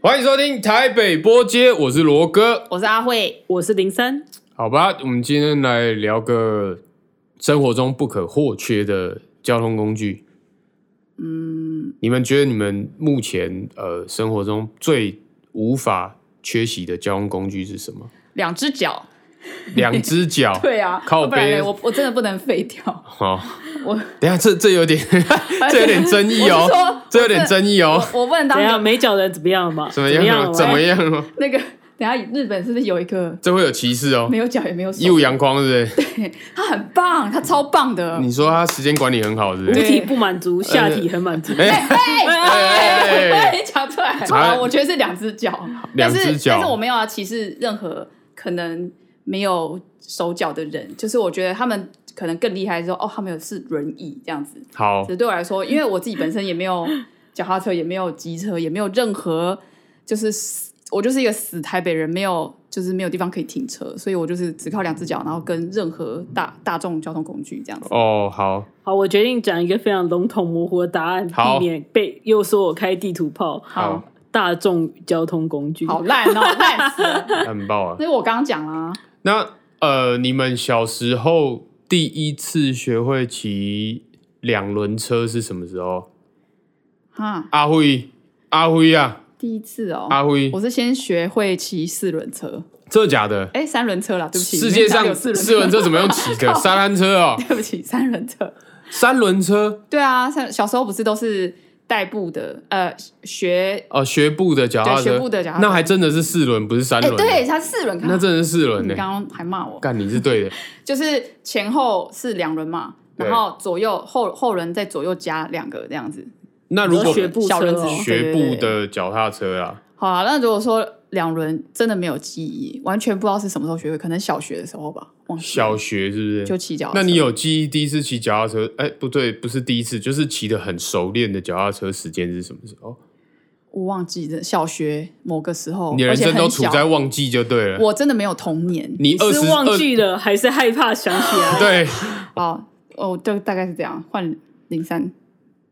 欢迎收听台北波街，我是罗哥。我是阿慧，我是林森，好吧，我们今天来聊个生活中不可或缺的交通工具。嗯，你们觉得你们目前呃生活中最无法缺席的交通工具是什 么？两只脚。。两只脚对啊，靠不然背哦嘞我我真的不能废掉。好，我等一下这这有 点这有点争议我是说哦，这有点我真争议哦。我我不能当怎样？美脚人怎么样嘛？怎么样样？了？怎么样哦？那个，等下日本是不是有一个这会有歧视哦没。有脚也没有一手五？阳光是不是？他很棒，他超棒的。你说他时间管理很好是不我是？五体不满足，下呃体很满足。哎哎哎，讲出来。好啊，我觉得是两只脚，两只但是脚但是我没有要歧视任何可能没有手脚的人，就是我觉得他们可能更厉害的时候，哦，他们有是轮椅这样子。好只，是对我来说，因为我自己本身也没有脚踏车，也没有机车，也没有任何，就是死我就是一个死台北人，没有就是没有地方可以停车，所以我就是只靠两只脚，然后跟任何大大众交通工具这样子。哦，好，好，我决定讲一个非常笼统模糊的答案，好避免被又说我开地图炮。好，大众交通工具，好烂哦，烂死了！很棒 啊。那我刚刚讲啦，那呃，你们小时候第一次学会骑两轮车是什么时候？哈，阿辉，阿辉啊，第一次哦，阿辉我，是先学会骑四轮车，这假的？哎，三轮车啦，对不起，世界没上有四轮四轮车怎么用骑的？三轮车哦， 对不起，三轮车。三轮车对啊，像小时候不是都是代步的，呃，学哦，学步的脚踏对车学步，的讲，那还真的是四轮，不是三哎，轮。欸对，，它是四轮，那真的是四轮你呢。刚刚还骂 我，干，你是对的。就是前后是两轮嘛，对然后左右后后轮再左右加两个这样子。那如你果说学步小车轮子哦，学步对对对的脚踏车啦，好啊，那如果说两轮真的没有记忆，完全不知道是什么时候学会，可能小学的时候吧，忘记了小学是不是？就骑脚踏车。那你有记忆第一次骑脚踏车？哎，不对，不是第一次，就是骑的很熟练的脚踏车时间是什么时候？我忘记了小学某个时候，你的人而且生很都处小在忘记就对了。我真的没有童年你二是十忘二记了还是害怕想起来？对，哦哦，就大概是这样。换零三，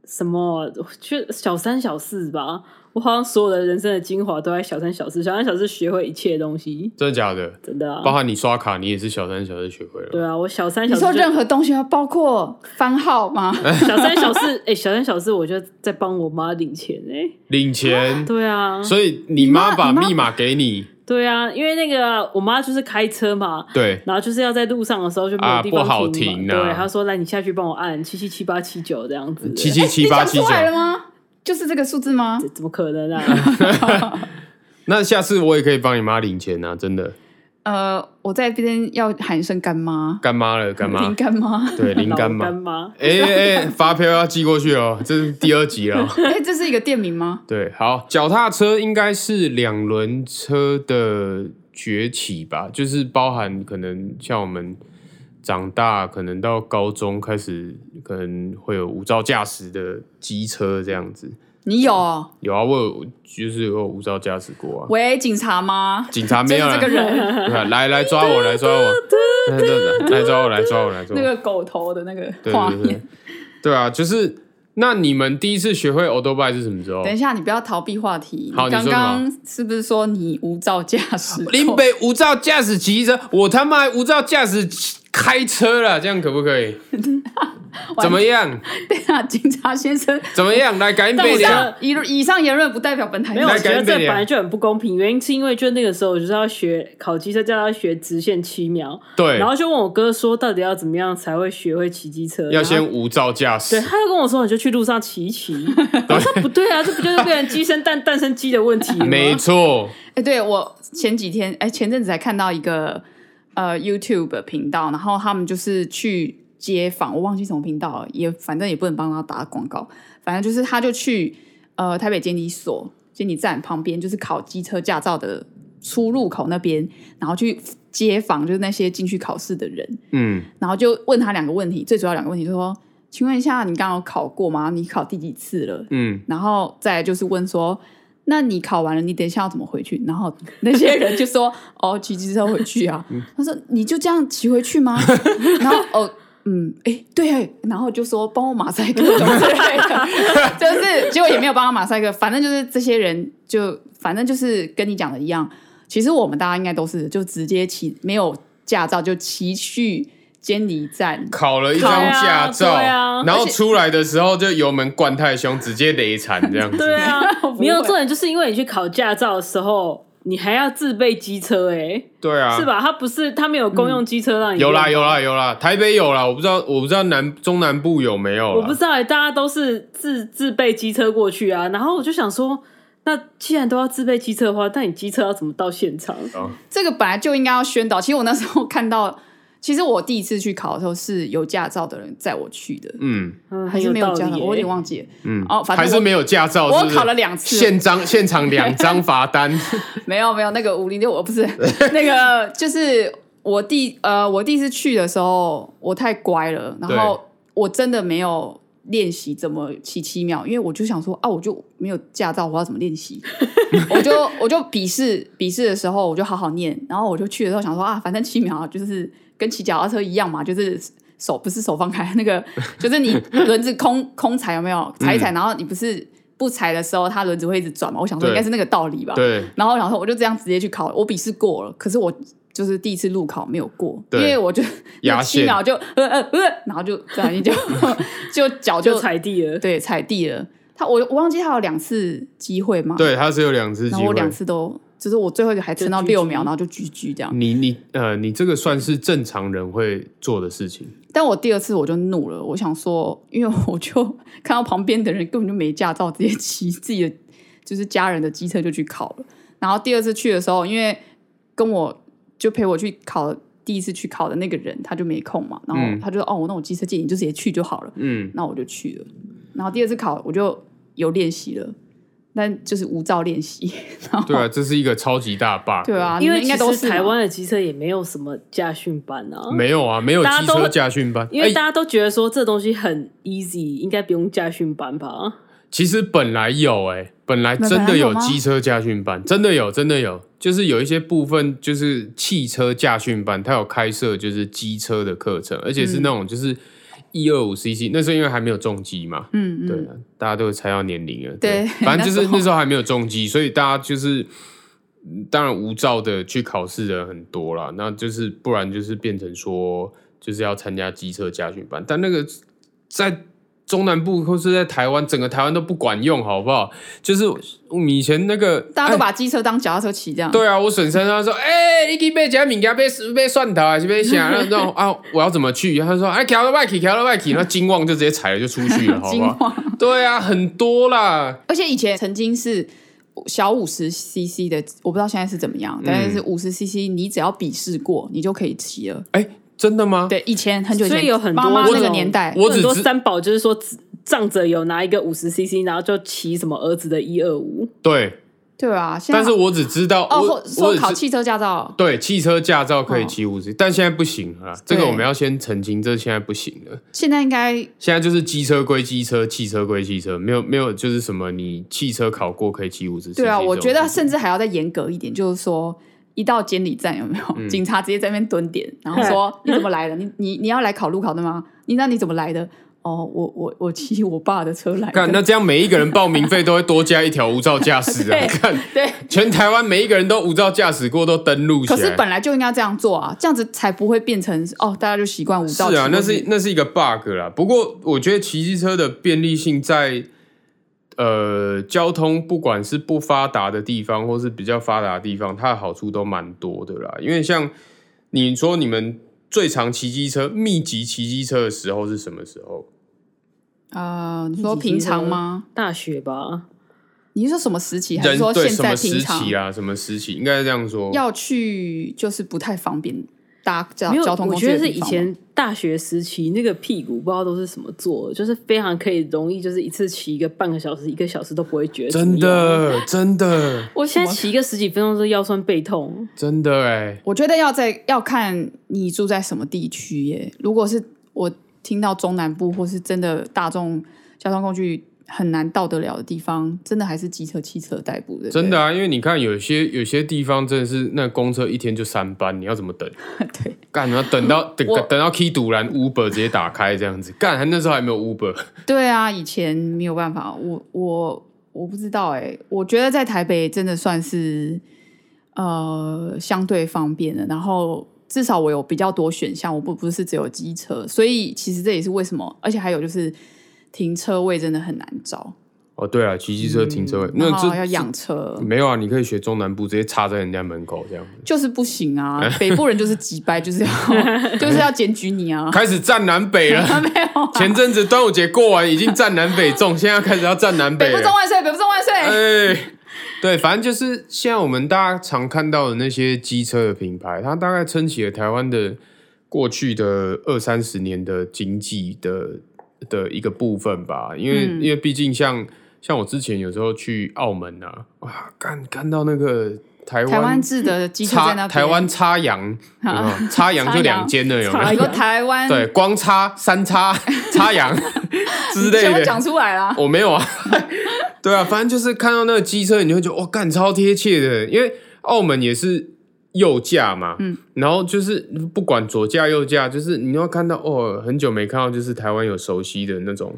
什么？我去小三小四吧，我好像所有的人生的精华都在小三小四。小三小四学会一切东西，真的假的？真的、包啊。含你刷卡，你也是小三小四学会了。对啊，我小三你小说四就任何东西吗？包括番号吗？小三小四，哎、小三小四，我就在帮我妈领钱哎、领钱，对啊，所以你妈你妈把你妈密码给你，对啊，因为那个啊我妈就是开车嘛，对，然后就是要在路上的时候就没有地啊不好方停嘛啊对，她说来你下去帮我按七七七八七九这样子，七七七八七哎九你讲出。来了吗？就是这个数字吗？怎么可能啊？ 那下次我也可以帮你妈领钱啊，真的，呃，我在这边要喊一声干妈，干妈了，干林妈，干妈。对，领老干干妈。妈，哎哎，哎发票要寄过去哦，这是第二集了哦。哎、这是一个店名吗？对，好，脚踏车应该是两轮车的崛起吧，就是包含可能像我们长大，可能到高中开始，可能会有无照驾驶的机车这样子。你有哦？有啊，我有就是我有无照驾驶过啊，喂，警察吗？警察没就是有这个啦人， 对啊来来抓我，来抓我，来来抓我，来抓我，来抓 那我。个狗头的那个对哦画对面。对，对啊，就是那你们第一次学会 auto bike 是什么时候等？一下，你不要逃避话题。好你刚说什么刚是不是说你无照驾驶？林北无照驾驶骑车，我他妈还无照驾驶骑开车了，这样可不可 以？怎么样？ 对啊，警察 先生，怎么样？来，赶紧但背我觉量。得。以以上言论不代表本台没有，我来觉赶得紧这背本啊来就很不公平。原因是因为就那个时候，我就是要学考机车驾照，要学直线七秒，对然，后就问我哥说，到底要怎么样才会学会骑机车？要然后先无照驾驶。对，他就跟我说，你就去路上骑一骑。 我说不对啊，这不就是变成鸡生蛋，蛋生鸡的问题吗？没错，哎、对我前几天，哎、前阵子才看到一个呃 YouTube 频道，然后他们就是去街访，我忘记什么频道了，也反正也不能帮他打广告，反正就是他就去呃台北监理所监理站旁边，就是考机车驾照的出入口那边，然后去街访，就是那些进去考试的人，嗯，然后就问他两个问题，最主要两个问题，就说，请问一下，你刚刚有考过吗？你考第几次了？嗯，然后再来就是问说，那你考完了，你等一下要怎么回去？然后那些人就说，哦，骑机车回去啊。他说，你就这样骑回去吗？然后哦。嗯，哎、对，然后就说帮我马赛克什么之类的，就是结果也没有帮他马赛克。反正就是这些人就，反正就是跟你讲的一样。其实我们大家应该都是就直接骑没有驾照就骑去监理站，考了一张驾照，对啊对啊然后出来的时候就油门灌太凶，直接雷惨这样子。 对 啊我不，没有会重点就是因为你去考驾照的时候，你还要自备机车、欸，对啊，是吧？他不是他没有公用机车让你、有啦有啦，有啦，台北有啦，我不知道我不知道南中南部有没有啦。我不知道、欸，大家都是自自备机车过去啊。然后我就想说，那既然都要自备机车的话，那你机车要怎么到现场？哦这个本来就应该要宣导。其实我那时候看到， 其实我第一次去考的时候是有驾照的人载我去的，嗯嗯，还很是没有道理、驾欸。照，我有点忘记了。嗯，哦，反正还是没有驾照，我是不是考了 两次现张现场两张罚单， 没有没有，那个五零六我不是那个，就是我第呃我第一次去的时候，我太乖了，然后我真的没有练习怎么骑七秒，因为我就想说啊，我就没有驾照，我要怎么练习？我就我就笔试笔试的时候，我就好好念，然后我就去的时候想说啊，反正七秒就是跟骑脚踏车一样嘛，就是。手不是手放开，那个就是你轮子空空踩有没有踩一踩，然后你不是不踩的时候，它轮子会一直转嘛？我想说对应该是那个道理吧。对，然后然后我就这样直接去考，我笔试过了，可是我就是第一次路考没有过，因对为我就 压那七线秒就呃呃呃，然后就不小心就 就脚就就踩地了，对踩地了。他我我忘记他有两次机会嘛，，对，他是有两次机然后我会。两次都就是我最后一个还撑到就 GG 六秒，然后就 GG 这样。你你呃，你这个算是正常人会做的事情，但我第二次我就怒了，我想说，因为我就 看到旁边的人根本就没驾照，直接骑自己的就是家人的机车就去考了。然后第二次去的时候，因为跟我就陪我去考第一次去考的那个人他就没空嘛，然后嗯他就说、哦，那我机车借你就直接去就好了，嗯，那我就去了。然后第二次考我就有练习了，但就是无照练习。 对啊，这是一个超级大 bug，哦对，啊，因为你们应该都其是实嘛台湾的机车也没有什么驾训班啊。没有啊，没有大家机都车驾训班，因哎为大家都觉得说这东西很 easy，应该不用驾训班吧？其实本来有哎、本来本来真的有有吗机车驾训班，真的有，真的有，就是有一些部分就是汽车驾训班，它有开设就是机车的课程，而且嗯是那种就是一二五 CC，那时候因为还没有重机嘛，嗯对嗯，啊，大家都有猜到年龄了，对反正就那时是候那时候还没有重机，所以大家就是。嗯当然，无照的去考试的人很多啦，那就是不然就是变成说，就是要参加机车驾训班，但那个在中南部或是在台湾，整个台湾都不管用，好不好？就是我们以前那个大家都哎把机车当脚踏车骑这样。对啊，我婶婶她说，哎、你去买加物件，买买蒜头还是买啥？那那 啊，我要怎么去？她说，哎、调到外去，调到外去，那金旺就直接踩了就出去了，好不金好？对啊，很多啦，而且以前曾经是小五十 CC 的，我不知道现在是怎么样，但是五十 CC 你只要笔试过，你就可以骑了。哎、真的吗？对，以前很久以前，所以有很多妈妈我那个懂年代，我很只多知三宝就是说只仗着有拿一个五十 CC，然后就骑什么儿子的一二五，对，对啊，现在但是我只知道，哦，我或说我考只知汽车驾照，对汽车驾照可以骑五十、但现在不行了啦。这个对我们要先澄清，这现在不行了。现在应该现在就是机车归机车，汽车归汽车，没有没有就是什么你汽车考过可以骑五十。对啊，我觉得甚至至还要再严格一点，就是说。一到监理站有没有、警察直接在那边蹲点，然后说你怎么来的？你你你要来考路考的吗？你那你怎么来的？哦，我我我骑我爸的车来 的。看那这样每一个人报名费都会多加一条无照驾驶啊 对！看对，全台湾每一个人都无照驾驶过都登录起可是来。本来就应该这样做啊，这样子才不会变成哦，大家就习惯无照骑是啊，过去。那是那是一个 bug 啦。不过我觉得骑机车的便利性在呃交通不管是不发达的地方，或是比较发达的地方，它的好处都蛮多的啦。因为像你说你们最常骑机车、密集骑机车的时候是什么时候？呃，你说平常吗？大学吧，你是说什么时期？还是人说对现什在么平时常期啊？什么时期？应该是这样说。要去就是不太方便搭交没有，交通我工具觉的得地方是以吗？前大学时期那个屁股不知道都是什么做的，就是非常可以容易，就是一次骑一个半个小时、一个小时都不会觉得真怎么样。的，真的，我现在现在骑一个十几分钟都腰酸背痛，真的哎、我觉得要在要看你住在什么地区耶。如果是我听到中南部或是真的大众交通工具很难到得了的地方，真的还是机车、汽车代步的。真的啊，因为你看有些有些地方真的是那公车一天就三班，你要怎么等？ 对，干，你要等到等我等到 Key 堵拦 Uber 直接打开这样子，干，还那时候还没有 Uber，对啊，以前没有办法，我我我不知道哎、我觉得在台北真的算是呃相对方便的，然后至少我有比较多选项，我不不是只有机车，所以其实这也是为什么，而且还有就是停车位真的很难找，哦，对啊，骑机车停车位，那嗯然后这要养车，没有啊，你可以学中南部直接插在人家门口这样，就是不行啊，嗯 北部人就是急掰，就是要就是要检举 你啊，开始站南北了。 没有啊，前阵子端午节过完，已经站南北粽，现在开始要站南北北部了中。万岁，北部中万岁，哎， 对，反正就是现在我们大家常看到的那些机车的品牌，它大概撑起了台湾的过去的二三十年的经济的的一个部分吧。因为、嗯因为毕竟像像我之前有时候去澳门啊，哇，看看到那个台台湾湾制的机车在插那边，啊台湾插 洋，有没有插洋插就洋两间了，有没插有很？多啊台湾对，光插、三插、 插 洋之类全部的，讲出来 啦。我没有啊， 对啊，反正就是看到那个机车，你就会觉得哇，哦干超贴切的，因为澳门也是右驾嘛，嗯，然后就是不管左驾右驾，就是你要看到哦，很久没看到，就是台湾有熟悉的那种。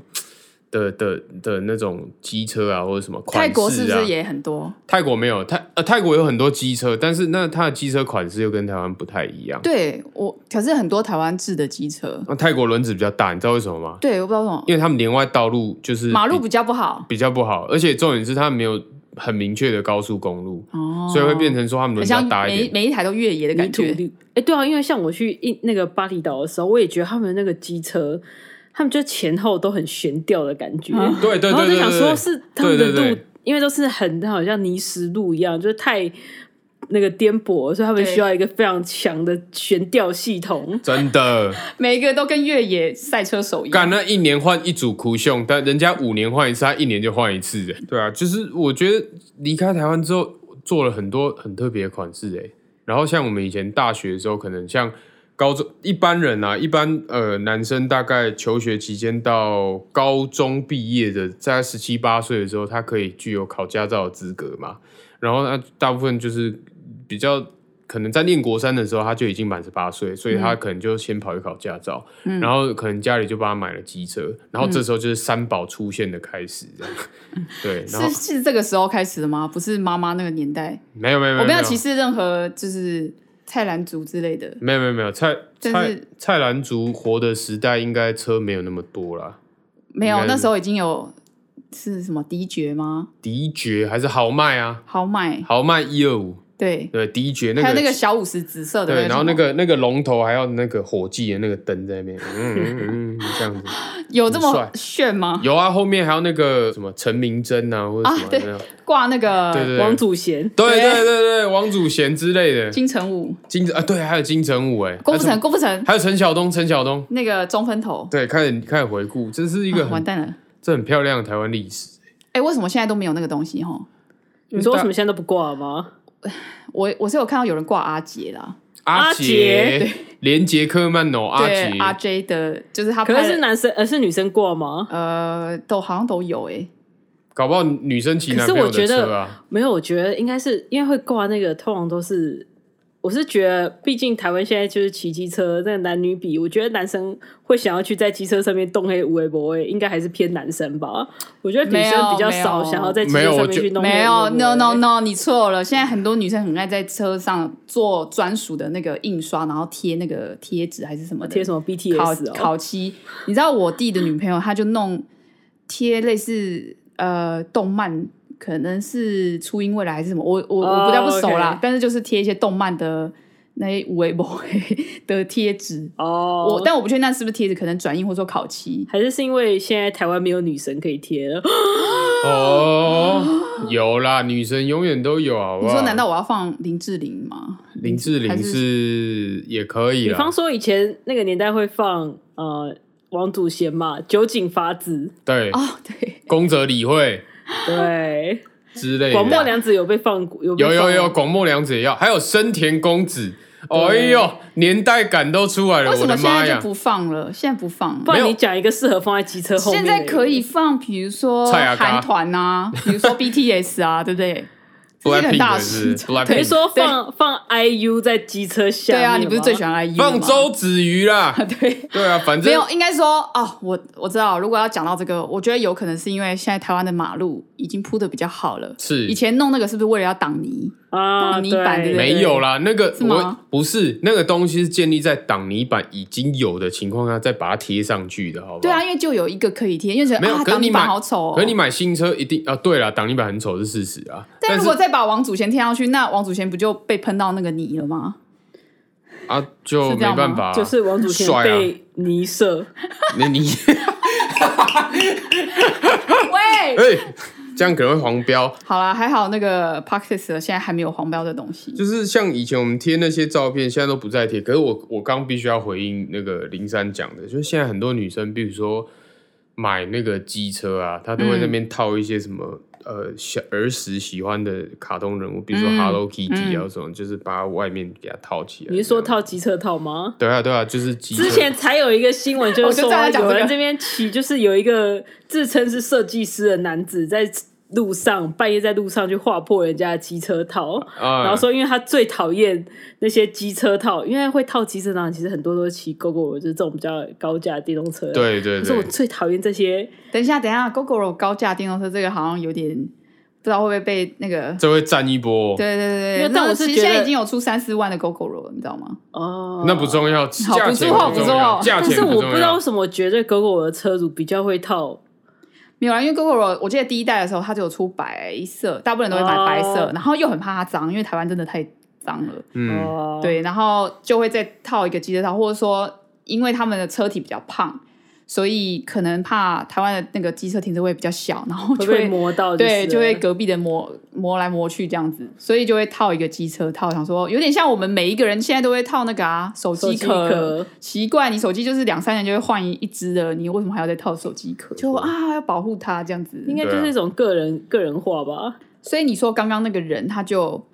的的的那种机车啊，或者什么款式啊，泰国是不是也很多？泰国没有泰呃泰国有很多机车，但是那它的机车款式又跟台湾不太一样。对我，可是很多台湾制的机车，那泰国轮子比较大，你知道为什么吗？对，我不知道为什么，因为他们连外道路就是马路比比较不好比较不好，而且重点是他们没有很明确的高速公路，哦，所以会变成说他们很轮子要像大一每点。每一台都越野的泥感土觉。绿。哎、对啊，因为像我去印那个巴厘岛的时候，我也觉得他们那个机车，他们就前后都很悬吊的感觉。啊对对然对后就对想对说对，是他们的路，对对对因为都是很好像泥石路一样，就是太那个颠簸，所以他们对需要一个非常强的悬吊系统。真的，每一个都跟越野赛车手一干样。那一年换一组酷熊，但人家五年换一次，他一年就换一次，对啊，就是我觉得离开台湾之后，做了很多很特别的款式，哎，然后像我们以前大学的时候，可能像高中一般人啊，一般呃男生大概求学期间到高中毕业的，在十七八岁的时候，他可以具有考驾照的资格嘛，然后呢，大部分就是比较。可能在念国三的时候，他就已经满十八岁，所以他可能就先跑去考驾照。嗯然后可能家里就帮他买了机车，然后这时候就是三宝出现的开始，这样、 对，然后嗯是是这个时候开始的吗？不是妈妈那个年代，没有没有没有，我没有歧其实视任何就是菜篮族之类的。没有没有没有蔡但蔡是蔡兰族活的时代，应该车没有那么多啦。没有应，该那时候已经有是什么迪爵吗？迪爵还是豪迈啊，豪迈，豪迈一二五，对，对，迪爵那还个有那个小五十紫色的，对，然后那什么个那个龙头还有那个火计的那个灯在那边，嗯嗯嗯，嗯这样子。有这很帅么炫吗？有啊，后面还有那个什么陈明真啊，或者什么啊对那样挂那个对对对王祖贤，对对对对，王祖贤之类的，金城武、金啊对，还有金城武哎，郭还有富什么城、郭富城还有陈晓东，陈晓东，那个中分头，对，开始开始回顾，这是一个啊很、完蛋了。这很漂亮的台湾历史。哎，为什么现在都没有那个东西？哈，你说为什么现在都不挂吗？我我是有看到有人挂阿杰啦，阿阿杰杰，连杰克曼哦，阿杰对，阿 J 的，就是他可拍是是的，男生呃是女生挂吗？呃，都好像都有哎，搞不好女生骑男朋友的车啊，没有，我觉得应该是因为会挂那个，通常都是。我是觉得，毕竟台湾现在就是骑机车，那个男女比，我觉得男生会想要去在机车上面动黑无为博应该还是偏男生吧。我觉得女生比较少没有想要在机车上面去弄黑没无有为，no no no，你错了。现在很多女生很爱在车上做专属的那个印刷，然后贴那个贴纸还是什么的贴什么烤 BTS 哦，烤漆。你知道我弟的女朋友，她就弄贴类似呃动漫，可能是初音未来还是什么，我我哦我不叫不熟啦 OK 但是就是贴一些动漫的那些微博的贴纸。哦，我但我不确定那是不是贴纸，可能转印或者说烤漆。还是是因为现在台湾没有女神可以贴 了，啊哦，有啦，女生永远都有，好不你好？说难道我要放林志玲吗？林志还玲是是也可以比啦方？说以前那个年代会放呃王祖贤嘛，酒井法子，对，哦， 对，宫泽理惠对，之类的，广末凉子有被放过，有被啊有有放有广末凉子也要，还有生田公子哎呦，年代感都出来了，为哎什我么的现妈在就呀！不放了？现在不放不然了。没你有讲一个适合放在机车后面现的。在可以放，比如说蔡雅嘎韩团啊，比如说 BTS 啊，对不 对？这是一个很 Blackpink 大的的是市场。 Blackpink 你说放放 IU 在机车下对面啊，吗你不是最喜？欢 IU 放吗周子瑜啦， 对。对啊，反啊没正有，应该说哦，我我知道，如果要讲到这个，我觉得有可能是因为现在台湾的马路已经铺的比较好了。是以前弄那个是不是为了要挡泥？啊，放泥板对对不对没有啦，那个是吗我不是那个东西是建立在挡泥板已经有的情况下再把它贴上去的，好不好？对啊，因为就有一个可以贴，因为觉得没有啊，可是挡你泥买板好丑、哦。可是你买新车一定啊，对了，挡泥板很丑是事实啊，但但如是果再把王祖贤贴上去，那王祖贤不就被喷到那个泥了 吗？啊就是这没样吗办法啊，就是王祖贤帅啊被泥射，那 你喂，哎，这样可能会黄标。好啦，还好那个 Parkes 现在还没有黄标的东西。就是像以前我们贴那些照片，现在都不再贴。可是我我刚必须要回应那个林珊讲的，就是现在很多女生，比如说买那个机车啊，她都会那边套一些什嗯么、呃小儿时喜欢的卡通人物，比如说嗯 Hello Kitty 啊什么，就是把外面给它套起来。你是说这样？套机车套吗？对啊对啊，就是机车之前才有一个新闻，就我是哦就说知道要讲有这个人这边骑，就是有一个自称是设计师的男子在路上半夜在路上去划破人家的机车套，啊，然后说因为他最讨厌那些机车套，因为会套机车套，其实很多都是骑 GoGo，就是这种比较高价的电动车。，对对可是我对，最讨厌这些，等一下，等一下，GoGoRo 高价电动车这个好像有点不知道会不会被那个。这会占一波哦、对对对没有对，但那我是其实觉得现在已经有出三四万的 GoGoRo 了，你知道吗？哦，那不重要，价钱不错重不要，错价但钱是我不重知道要为。什么，我觉得 GoGo 的车主比较会套没有啊啦，因为 GoGoRo 我记得第一代的时候，它只有出白色，大部分人都会买白色哦然后又很怕它脏，因为台湾真的太脏了。嗯，哦，对，然后就会再套一个机车套，或者说因为他们的车体比较胖，所以可能怕台湾的那个机车停车位比较小，然后会就被会磨到是了，对，就会隔壁的磨磨来磨去这样子，所以就会套一个机车套，想说有点像我们每一个人现在都会套那个啊手手机机壳。壳。奇怪，你手机就是两三年就会换一一只的，你为什么还要再套手机壳？就啊，要保护它这样子。应该啊就是一种个人、个人化吧，所以你说刚刚那个人，他就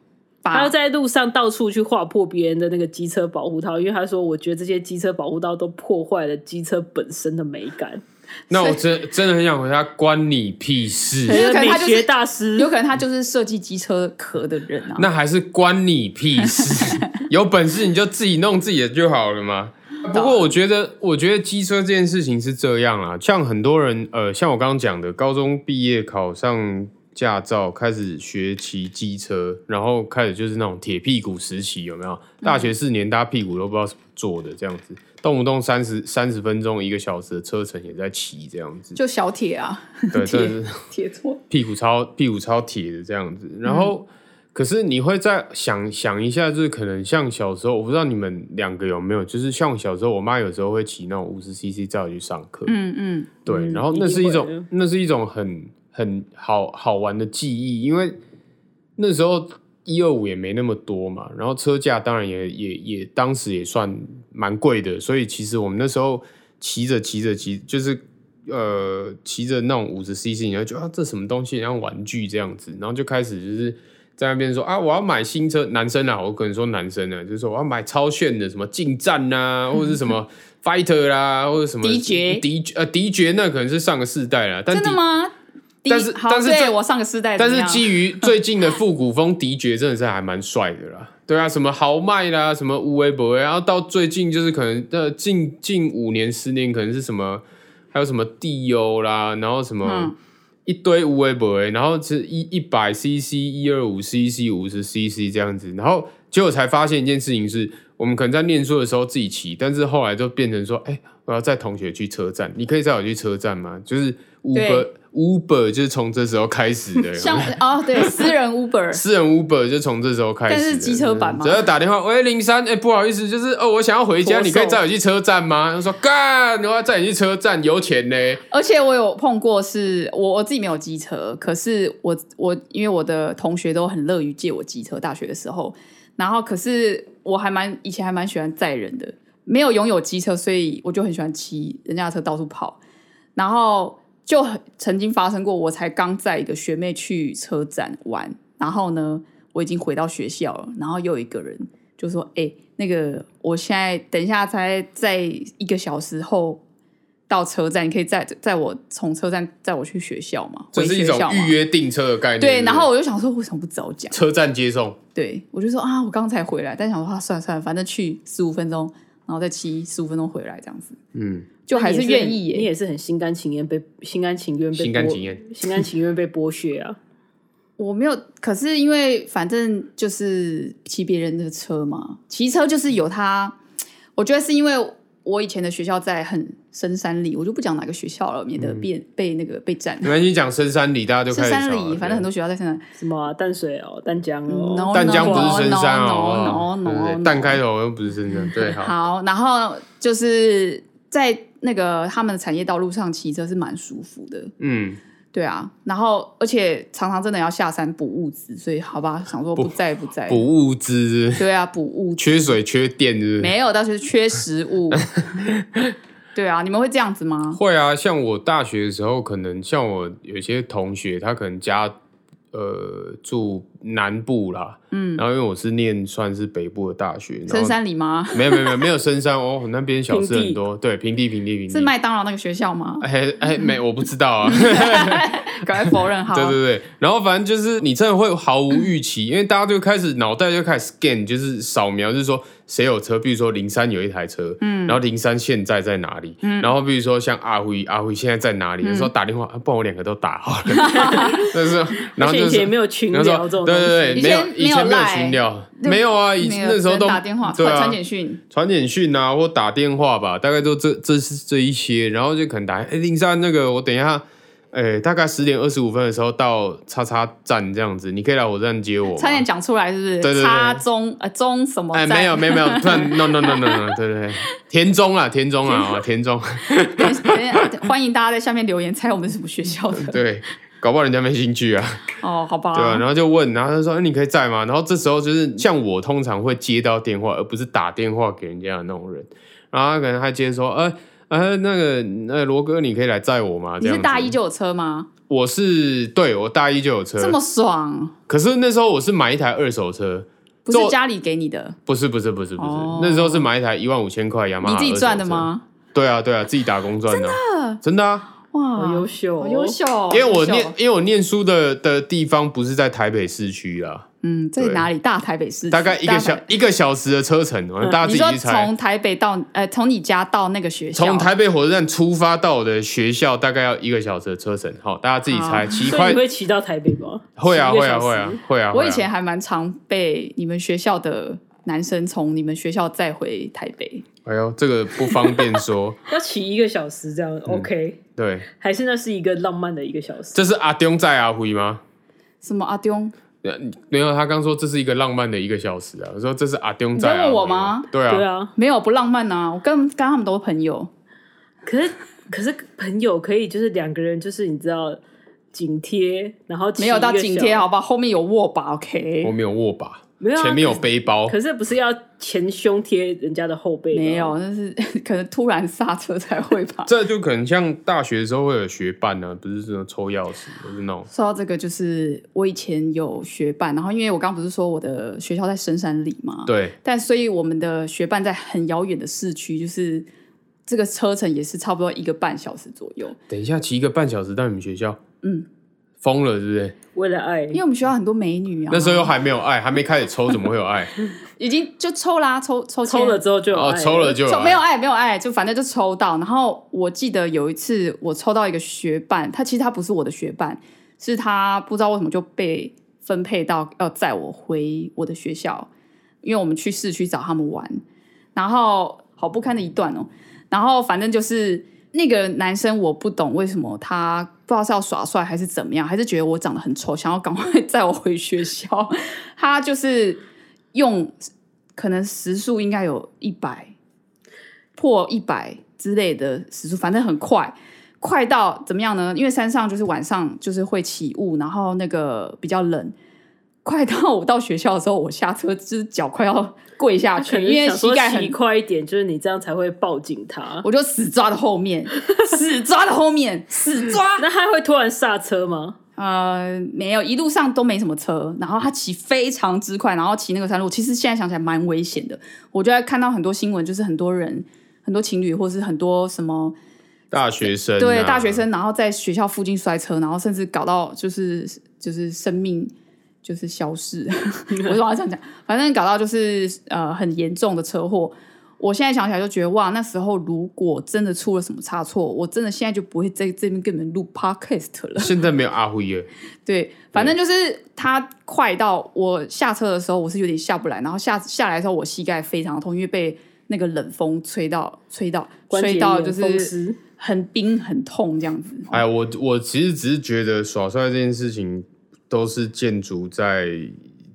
他把要在路上到处去划破别人的那个机车保护套，因为他说我觉得这些机车保护套都破坏了机车本身的美感。那我真真的很想回答，关你屁事。有可能他美就是学大师 有可能他就是设计机车壳的人啊。那还是关你屁事！有本事你就自己弄自己的就好了嘛。不过我觉得，我觉得机车这件事情是这样啊，像很多人，呃，像我刚刚讲的，高中毕业考上驾照，开始学骑机车，然后开始就是那种铁屁股时期，有没有？大学四年，大家屁股都不知道怎么做的，这样子，动不动三十三十分钟、一个小时的车程也在骑，这样子，就小铁啊，对，真的是。铁铁座。屁股超屁股超铁的这样子。然后，可是你会再想想一下，就是可能像小时候，我不知道你们两个有没有，就是像小时候，我妈有时候会骑那种五十 CC 载我去上课，嗯嗯，对，嗯然后那一定是一会种的那是一种很很好好玩的记忆，因为那时候。一二五也没那么多嘛，然后车价当然也也也当时也算蛮贵的，所以其实我们那时候骑着骑着骑，就是呃骑着那种五十 CC，你会觉得啊这什么东西，像玩具这样子，然后就开始就是在那边说啊我要买新车，男生啊，我可能说男生啊，就是说我要买超炫的什么近战呐、或者是什么 fighter 啦、或者什么迪爵迪呃迪爵那可能是上个世代啦，但真的迪吗？第一但是好，但是对这我上个世代怎但么是样，基于最近的复古风，迪爵真的是还蛮帅的啦。 对啊，什么豪迈啦，什么无为博，啊然后到最近就是可能呃近近五年十年可能是什么，还有什么地欧啦，然后什么。嗯一堆无为博，然后是一一百 CC、一二五 CC、五十 CC 这样子，然后结果才发现一件事情是，我们可能在念书的时候自己骑，但是后来就变成说，哎、我要载同学去车站，你可以载我去车站吗？就是 Uber 对 Uber 就是从这时候开始的，有没有像哦，对，私人 Uber 私人 Uber 就从这时候开始了，但是机车版吗只要打电话，喂，零三，哎，不好意思，就是哦，我想要回家，投诉你可以载我去车站吗？他说干，我要载你去车站，油钱呢？而且我有碰过是，我我自己没有机车，可是我我因为我的同学都很乐于借我机车，大学的时候，然后可是我还蛮以前还蛮喜欢载人的，没有拥有机车，所以我就很喜欢骑人家的车到处跑，然后就很曾经发生过，我才刚载一个学妹去车站玩，然后呢，我已经回到学校了，然后又有一个人就说：“哎、那个我现在等一下才在一个小时后到车站，你可以载载我从车站载我去学校嘛？这回是一学种校嘛？预约订车的概念。对，不然后我就想说，为什么不早讲？车站接送，对我就说啊，我刚才回来，但想说啊，算了算了，反正去十五分钟，然后再骑十五分钟回来这样子，嗯，就还是愿意耶。你也是很心甘情愿被心甘情愿被心甘剥情愿心甘情愿被剥削啊！我没有，可是因为反正就是骑别人的车嘛，骑车就是有它。我觉得是因为我以前的学校在很深山里，我就不讲哪个学校了，免得被、被那个被占没。关系，讲深山里大家嗯就开深始山吵了里，反正很多学校在深山。什么啊淡水哦，淡江哦， No, 淡江不是深山 no, 哦， no, 对不 no, 对 no, 淡开头又不是深山，对，好，好，然后就是在那个他们的产业道路上骑车是蛮舒服的，嗯，对啊。然后而且常常真的要下山补物资，所以好吧，想说不在不在，补物资，对啊，补物资。缺水缺电是不是？没有，但是缺食 物。对啊，你们会这样子吗？会啊，像我大学的时候，可能像我有些同学，他可能家呃住南部啦，嗯，然后因为我是念算是北部的大学，然深后山里吗？没有没有没有没有深山哦，那边小吃平地很多，对，平地平地平地，是麦当劳那个学校吗？哎哎没我不知道啊，赶快否 认好。对对对，然后反正就是你真的会毫无预期，因为大家就开始脑袋就开始 scan，就是扫描，就是说谁有车，比如说零三有一台车，嗯，然后零三现在在哪里，嗯，然后比如说像阿辉，阿辉现在在哪里，嗯有时候打电话，啊不然我两个都打 好了，就是，然而后且就以前也是没。有群然聊后说这种，对东对西，对，以没有前以前没有没有 Line 群聊，那个没有啊，以没有那时候只能都打电话、对啊，传简讯，传简讯啊，或打电话吧，大概都这这是这一些，然后就可能打哎零三那个，我等一下，哎大概十点二十五分的时候到叉叉站这样子，你可以来火车站接我吗。差点讲出来是不是？对对对插中呃中什么哎，站？没 有没有没有，突然 no no no no no，对对对，田中啦，田中啦，啊，田中，等一下等一下哎欢迎大家在下面留言猜我们是什么学校的。对，搞不好人家没兴趣啊。哦，好吧。对啊，然后就问，然后他说：“哎，你可以在吗？”然后这时候就是像我通常会接到电话，而不是打电话给人家的那种人。然后他可能还接说：“呃呃，那个呃，罗哥，你可以来载我吗？”这你样是子大一就有车吗？我是对我大一就有车，这么爽，可是那时候我是买一台二手车，不是这家里给你的，不是不是不是不是，哦那时候是买一台一万五千块雅马你哈，自己赚的？吗？对啊对啊，自己打工赚的啊，真的真的啊。哇，好优秀哦好优秀哦！因为我优秀念，因为我念书的的地方不是在台北市区啦，嗯，在对哪里？大台北市区，大概一大个台小一个小时的车程，大家自己你说去猜从。台北到呃，从你家到那个学校，从台北火车站出发到我的学校，大概要一个小时的车程。好，大家自己猜，骑所以快你会骑到台北吗？会啊骑一会个啊小时会啊。会啊！我会啊以前还蛮常被你们学校的男生从你们学校载回台北。哎呦，这个不方便说，要骑一个小时这样、o 嗯 k 对，还是那是一个浪漫的一个小时。这是阿东在阿辉吗？什么阿丢？呃没有，他刚说这是一个浪漫的一个小时啊。我说这是阿东你在在、啊、问我吗？对啊，对啊，没有不浪漫啊！我跟跟他们都是朋友，可是可是朋友可以就是两个人，就是你知道紧贴，然后骑没有到一个紧贴，啊小好不好？后面有握把后，OK？面有握把，没有啊前面有背包，可是不是要前胸贴人家的后背吗？没有，那是 可能突然刹车才会吧。 这就可能像大学的时候会有学伴啊，不是这种抽钥匙，不是那种说到这个，就是我以前有学伴，然后因为我刚不是说我的学校在深山里嘛，对但所以我们的学伴在很遥远的市区，就是这个车程也是差不多一个半小时左右。等一下骑一个半小时到你们学校，嗯，疯了是不是？为了爱因为我们学校很多美女啊，那时候又还没有爱，还没开始抽，怎么会有 爱？已经就抽啦、抽抽签抽了之后就有哦，爱抽了就有抽爱没有爱没有爱，就反正就抽到。然后我记得有一次我抽到一个学伴，他其实他不是我的学伴，是他不知道为什么就被分配到要载我回我的学校，因为我们去市区找他们玩。然后好不堪的一段哦。然后反正就是那个男生，我不懂为什么他不知道是要耍帅还是怎么样，还是觉得我长得很丑，想要赶快 载我回学校。他就是用可能时速应该有一百破一百之类的时速，反正很快。快到怎么样呢？因为山上就是晚上就是会起雾，然后那个比较冷。快到我到学校的时候，我下车就是脚快要跪下他可去，能因为想说膝盖很 骑快一点，就是你这样才会抱紧他。我就死抓到后面，死抓到后面，死抓。那他会突然刹车吗？呃，没有，一路上都没什么车，然后他骑非常之快，然后骑那个山路，其实现在想起来蛮危险的。我就在看到很多新闻，就是很多人、很多情侣，或是很多什么大学生、啊、对大学生，然后在学校附近摔车，然后甚至搞到就是就是生命就是消失。 我说我要这样讲，反正搞到就是呃很严重的车祸。我现在想起来就觉得哇，那时候如果真的出了什么差错，我真的现在就不会在这边跟你们录 podcast 了。现在没有阿辉了，对，反正就是他快到我下车的时候，我是有点下不来，然后下下来的时候我膝盖非常痛，因为被那个冷风吹到，吹到，关节吹到炎就风是湿很冰很痛这样子。哎，我我其实只是觉得耍帅这件事情都是建筑在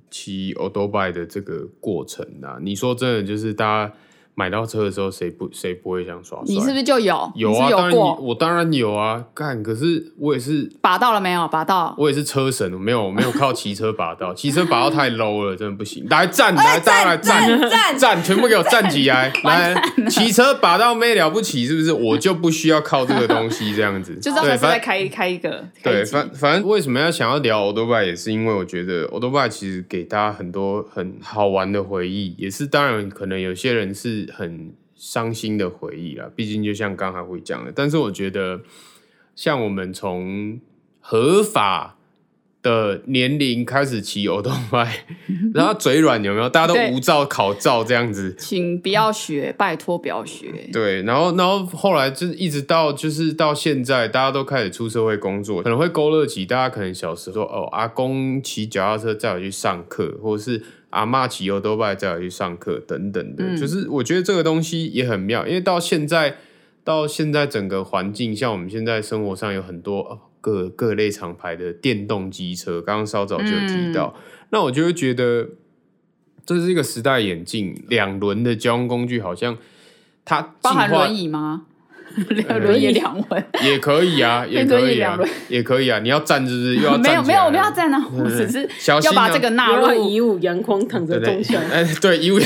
骑 o d o b i 的这个过程啊。你说真的，就是大家买到车的时候，谁不谁不会想耍帅？你是不是就有？有你是啊？当有然你，过我当然有啊。干，可是我也是拔到了没有？拔到。我也是车神，我没有我没有靠骑车拔到，骑车拔到太 low 了，真的不行。来站，来大家来站哎站站，全部给我站起来！来，骑车拔到妹了不起是不是？我就不需要靠这个东西这样子。 就知道下对，次再反开开一个。开一对集反反正为什么要想要聊 o d o b i 也是因为我觉得 o d o b i 其实给大家很多很好玩的回忆，也是当然可能有些人是很伤心的回忆啦，毕竟就像刚才会讲的，但是我觉得像我们从合法的年龄开始骑 o d o b i 然后嘴软有没有？大家对都无照考照这样子，请不要学，拜托不要学。对，然后然后后来就是一直到就是到现在，大家都开始出社会工作，可能会勾勒起大家可能小时候哦，阿公骑脚踏车载我去上课，或者是阿妈骑油多拜载我去上课等等的，嗯就是我觉得这个东西也很妙，因为到现在到现在整个环境，像我们现在生活上有很多、哦各各类厂牌的电动机车，刚刚稍早就有嗯提到，那我就会觉得这是一个时代眼镜，两轮的交通工具好像它包含进化轮椅吗？ 轮椅两轮，也可以啊，也可轮椅以啊两轮，也可以啊。你要站是不是又要站没有起没来有，啊我们要站啊，我只是小心要啊把这个纳然后 入。以武阳光躺对着不中对？枪，哎，对，因为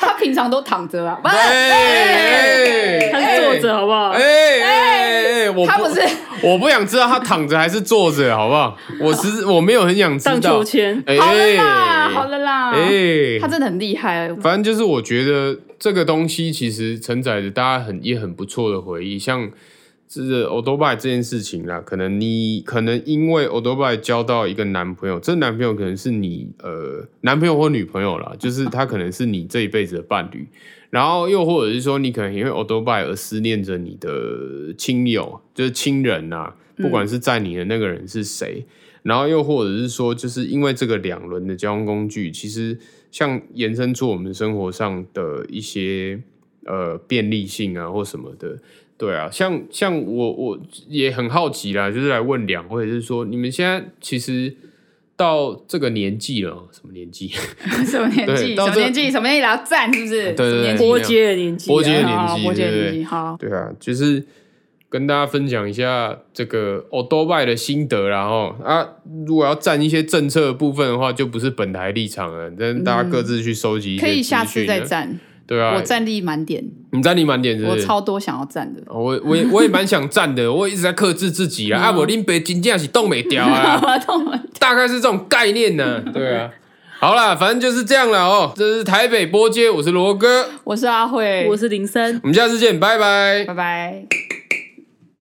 他平常都躺着啊，不是哎，他是坐着好不好？哎哎哎哎，我他不是，我不想知道他躺着还是坐着，好不好？我是我没有很想知荡道秋。千，哎好了啦，好了啦，哎，他真的很厉害。反正就是我觉得这个东西其实承载着大家很也很不错的回忆，像这个 o d o b i 这件事情啦，可能你可能因为 o d o b i 交到一个男朋友，这男朋友可能是你呃男朋友或女朋友啦，就是他可能是你这一辈子的伴侣，然后又或者是说你可能因为 o d o b i 而思念着你的亲友，就是亲人啊，不管是在你的那个人是谁。然后又或者是说，就是因为这个两轮的交通工具，其实像延伸出我们生活上的一些呃便利性啊或什么的，对啊，像像我我也很好奇啦，就是来问两位，就是说你们现在其实到这个年纪了，什么年纪？ 什么年纪？对什到么这年纪？什么年纪？然后站是不是？对对对什么年纪我波街的年纪啊，波街的年纪好我觉对得对对年纪好。对啊，就是跟大家分享一下这个 o d o b i 的心得啦吼啊，如果要占一些政策的部分的话，就不是本台立场了，但大家各自去收集一些嗯可以下资讯次啊再站，对啊，我战力满点，你占你满点是不我是？超多想要站的。哦我我也我也蛮想站的，我一直在克制自己啦。啊，我林北真正是动没掉啊，我懂了大概是这种概念呢、对啊，好啦，反正就是这样了哦。这是台北波街，我是罗哥， 我是阿慧，我是零三。我们下次见，拜拜拜。拜。